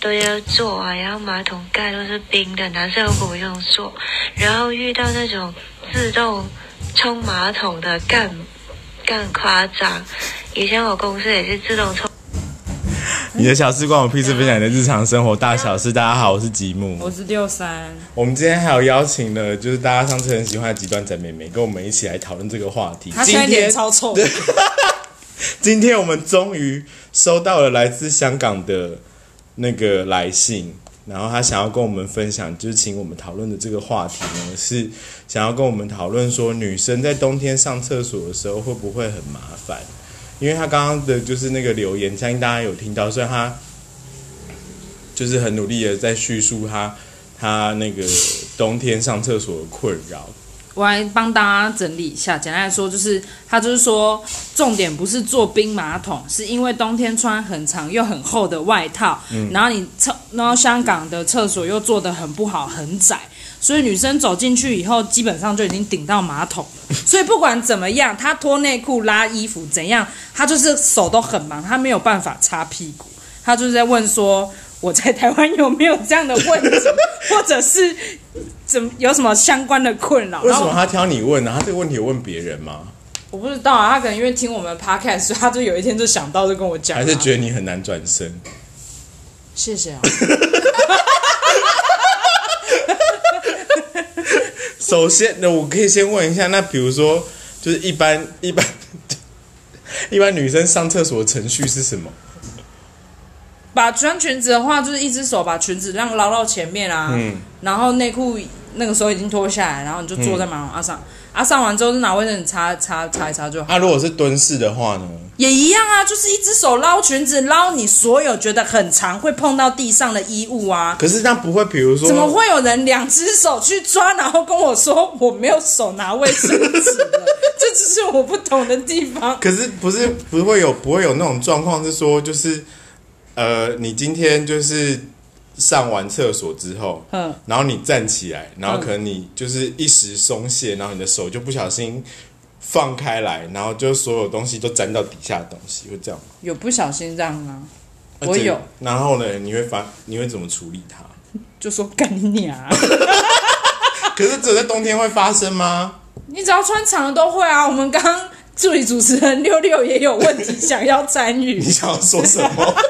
都要做啊，然后马桶盖都是冰的，拿消毒用做，然后遇到那种自动冲马桶的更更夸张。以前我公司也是自动冲。 你的小事关我屁事，分享你的日常生活大小事。大家好，我是吉木。我是六三，我们今天还有邀请了，就是大家上次很喜欢的极端仔妹妹，跟我们一起来讨论这个话题。他今现在脸天，超臭，今天我们终于收到了来自香港的那个来信，然后他想要跟我们分享，就是请我们讨论的这个话题呢，是想要跟我们讨论说，女生在冬天上厕所的时候会不会很麻烦？因为他刚刚的就是那个留言，相信大家有听到，虽然他就是很努力的在叙述他他那个冬天上厕所的困扰，我来帮大家整理一下。简单来说，就是他就是说，重点不是做冰马桶，是因为冬天穿很长又很厚的外套，然后你厕，然后香港的厕所又做的很不好，很窄，所以女生走进去以后，基本上就已经顶到马桶。 所以不管怎么样，她脱内裤、拉衣服怎样，她就是手都很忙，她没有办法擦屁股。她就是在问说，我在台湾有没有这样的问题，或者是怎么有什么相关的困扰？为然什后么他挑你问呢？他这个问题有问别人吗？我不知道啊，他可能因为听我们的 podcast，所以他就有一天就想到就跟我讲啊、还是觉得你很难转身？谢谢啊，首先，那我可以先问一下，那比如说，就是一般 一般一般女生上厕所的程序是什么？把穿裙子的话，就是一只手把裙子让捞到前面啊，然后内裤那个时候已经脱下来，然后你就坐在马桶啊上，啊上完之后就拿卫生纸擦擦擦一擦就好，啊，如果是蹲式的话呢？也一样啊，就是一只手捞裙子，捞你所有觉得很长会碰到地上的衣物啊。可是那不会，比如说，怎么会有人两只手去抓，然后跟我说我没有手拿卫生纸了？这只是我不懂的地方。可是不是不会有不会有那种状况是说，就是呃，你今天就是上完厕所之后，嗯，然后你站起来，然后嗯可能你就是一时松懈，然后你的手就不小心放开来，然后就所有东西都沾到底下的东西，会这样吗？有不小心这样吗？那我啊这有，然后呢？你会发，你会怎么处理它？啊就说干你娘！啊可是只有在冬天会发生吗？ 你只要穿长的都会啊。我们刚刚助理主持人六六也有问题想要参与， 你想要说什么？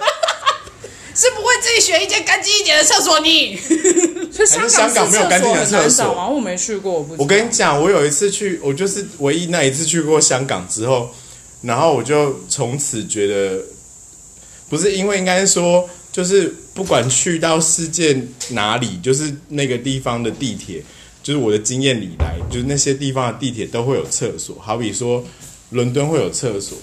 是不会自己选一间干净一点的厕所 你。所以还是香香港港没有干净的是厕所很厕难所找吗？我没去过，我不知道。我跟你讲，我有一次去，我就是唯一那一次去过香港之后，然后我就从此觉得，不是因为应该是说，就是不管去到世界哪里，就是那个地方的地铁，就是我的经验里来，就是那些地方的地铁都会有厕所，好比说伦敦会有厕所，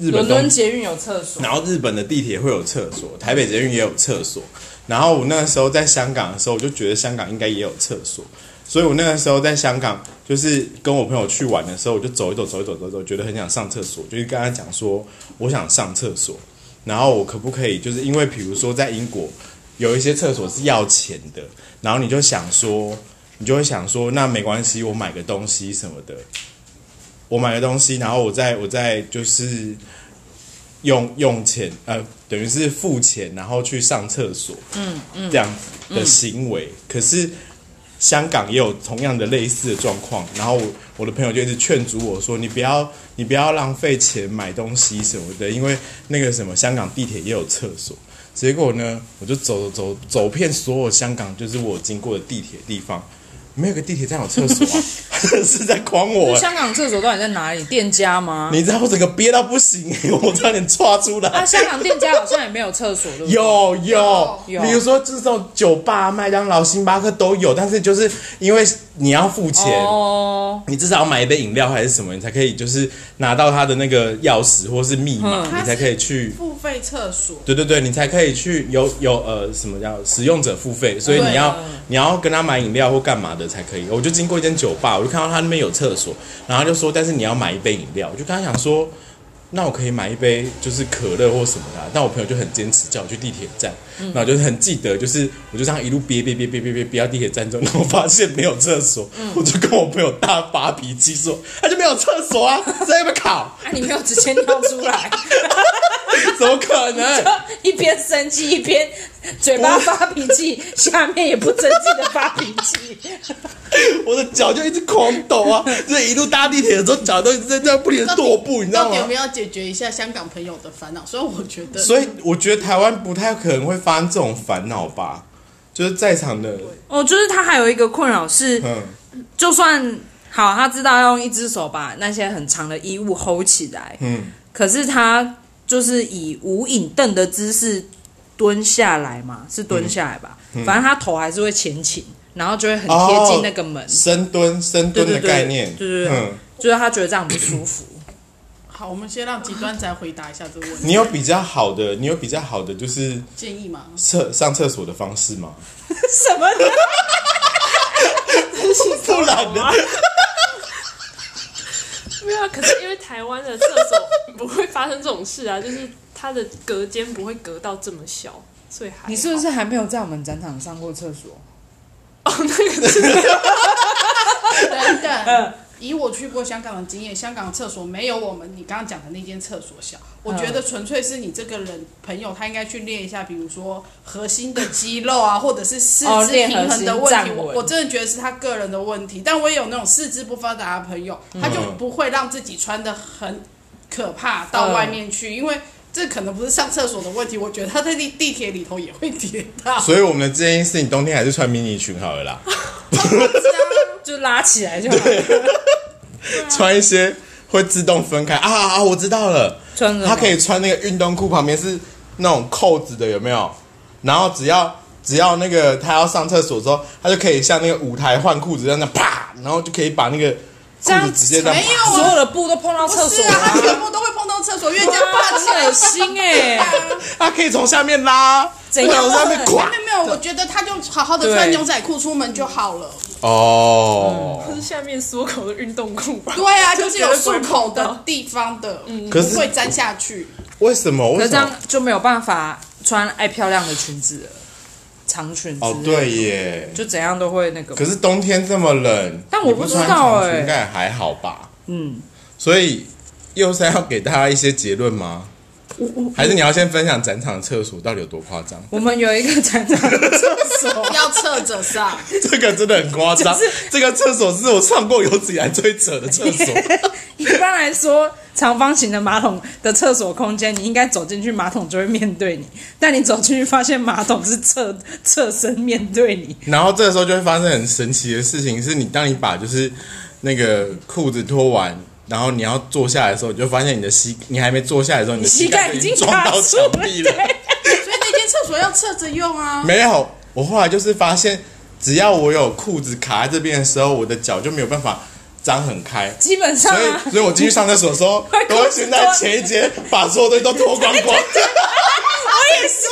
日本伦东敦捷运有厕所，然后日本的地铁会有厕所，台北捷运也有厕所。然后我那个时候在香港的时候，我就觉得香港应该也有厕所，所以我那个时候在香港就是跟我朋友去玩的时候，我就走一走，走一走，走一走，觉得很想上厕所，就是跟他讲说我想上厕所，然后我可不可以就是因为比如说在英国有一些厕所是要钱的，然后你就想说，你就会想说那没关系，我买个东西什么的，我买个东西，然后我再我再就是。用用钱，呃，等于是付钱，然后去上厕所，嗯嗯，这样子的行为。可是香港也有同样的类似的状况，然后我我的朋友就一直劝阻我说，你不要你不要浪费钱买东西什么的，因为那个什么香港地铁也有厕所。结果呢，我就走走走走遍所有香港，就是我经过的地铁地方，没有个地铁站有厕所啊， 是在诓我、欸。香港厕所到底在哪里？店家吗？你知道我整个憋到不行、 我差点岔出来。啊，香港店家好像也没有厕所，对不对？有有，有比如说这种酒吧、麦当劳、星巴克都有，但是就是因为你要付钱，哦，你至少要买一杯饮料还是什么，你才可以就是拿到他的那个钥匙或是密码，嗯你才可以去。付费厕所，对对对，你才可以去有有呃什么叫使用者付费，所以你要对你要跟他买饮料或干嘛的才可以。我就经过一间酒吧，我就看到他那边有厕所，然后他就说，但是你要买一杯饮料，我就跟他讲说，那我可以买一杯就是可乐或什么的啊、但我朋友就很坚持叫我去地铁站，然后我就很记得，就是我就这样一路憋憋憋憋憋憋憋到地铁站之后，然后我发现没有厕所，我就跟我朋友大发脾气说，他就没有厕所啊，在那边考。 啊，你没有直接尿出来，怎么可能？一边生气一边嘴巴发脾气，下面也不争气的发脾气。 我的脚就一直狂抖 啊！这一路搭地铁的时候，脚都一直在这样不停的跺步，你知道到底吗有没？有解决一下香港朋友的烦恼？所以我觉得，所以我觉得台湾不太可能会发生这种烦恼吧，就是在场的，哦，就是他还有一个困扰是，嗯，就算好，啊他知道要用一只手把那些很长的衣物 hold 起来，嗯，可是他就是以无影凳的姿势蹲下来嘛，是蹲下来吧？反正他头还是会前倾，然后就会很贴近那个门，哦深蹲、深蹲的对对对概念，对对对嗯，就是他觉得这样很不舒服。好，我们先让极端仔回答一下这个问题。你有比较好的，你有比较好的就是建议吗？厕上厕所的方式吗？什么？不然呢？没有啊，可是因为台湾的厕所 不会发生这种事啊，就是它的隔间不会隔到这么小，所以还好你是不是还没有在我们展场上过厕所？哦？那个是等 嗯等，以我去过香港的经验，香港厕所没有我们你刚刚讲的那间厕所嗯小。我觉得纯粹是你这个人朋友，他应该去练一下，比如说核心的肌肉啊，或者是四哦肢练平核衡心的问题。站我稳我真的觉得是他个人的问题。但我也有那种四肢不发达的朋友，他就不会让自己穿的很可怕到外面去，因为。这可能不是上厕所的问题，我觉得他在地地铁里头也会跌 到。所以我们的建议是你冬天还是穿迷你裙好 了啦， 啊就拉起来就好了，穿一些会自动分开啊啊！啊我知道了，穿着他可以穿那个运动裤，旁边是那种扣子的，有没有？然后只要只要那个他要上厕所之后，他就可以像那个舞台换裤子一样，那啪，然后就可以把那个裤这样子直接这样没有所有的布都碰到厕不是所啊，他了，全部都会碰到厕所，因为这样霸气很恶心哎、他可以从下面拉，怎样啊从下面没有垮没有没有，我觉得他就好好的穿牛仔裤出门就好了。嗯哦。就是下面缩口的运动裤吧？对啊，就是有绝漱对不会口碰的到。地方的，可不是会粘下去。为什么？可为是这什样么？就没有办法穿爱漂亮的裙子了，长裙之类哦，对耶。就怎样都会那个。可是冬天这么冷，但我你不不知道穿长裙欸应该还好吧？嗯，所以又是要给大家一些结论吗？还是你要先分享展场的厕所到底有多夸张？ 我们有一个展览厕所， 要侧着上，这个真的很夸 张，这个厕所是我上过有史以来最扯的厕 所。一般来说，长方形的马桶的厕所空间，你应该走进去，马桶就会面对你。但你走进去发现马桶是侧侧身面对你，然后这个时候就会发生很神奇的事情，是你当你把就是那个裤子脱完，然后你要坐下来的时候，你就发现你的膝，你还没坐下来的时候，你的膝膝盖盖已经经撞卡到住墙了。壁了。对所以那间厕所要侧着用啊。没有，我后来就是发现，只要我有裤子卡在这边的时候，我的脚就没有办法张很开。基本上所啊 以，所以我进去上厕所的时候，都会先在前一节把所有东西都脱光光。 我也是，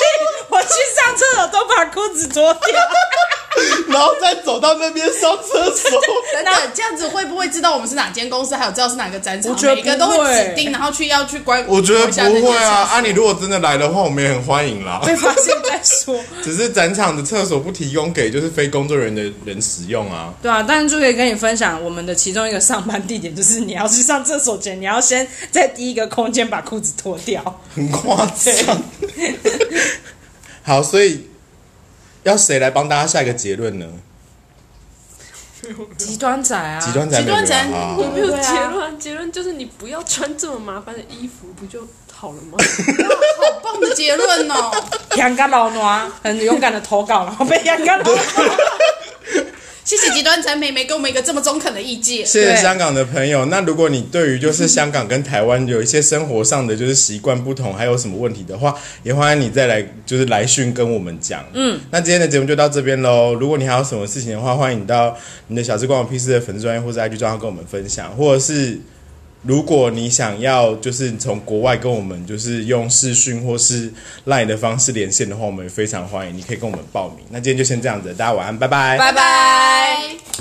我去上厕所都把裤子脱掉。然后再走到那边上厕所。等等，这样子会不会知道我们是哪间公司，还有知道是哪个展场？我觉得每个都不会会指定，然后去要去关。我觉得不会啊，啊，关一下那间厕所你如果真的来的话，我们也很欢迎啦。被发现再说。只是展场的厕所不提供给就是非工作人员的人使用啊。对啊，但是就可以跟你分享我们的其中一个上班地点，就是你要去上厕所前，你要先在第一个空间把裤子脱掉。很夸张。 好，所以要谁来帮大家下一个结论呢？极端仔啊，极端仔极没有端仔啊，好我好没有结论啊，结论就是你不要穿这么麻烦的衣服不就好了吗？好棒的结论哦！杨家老暖很勇敢的投稿，然后被杨家老暖。 谢谢极端仔妹妹给我们一个这么中肯的意见。谢谢对香港的朋友。那如果你对于就是香港跟台湾有一些生活上的就是习惯不同，还有什么问题的话，也欢迎你再来就是来讯跟我们讲。嗯，那今天的节目就到这边喽。如果你还有什么事情的话，欢迎你到你的小资官网 P 四的粉丝专业或者 IG 账号跟我们分享，或者是如果你想要就是从国外跟我们就是用视讯或是 LINE 的方式连线的话，我们也非常欢迎，你可以跟我们报名。那今天就先这样子，大家晚安，拜拜。拜拜。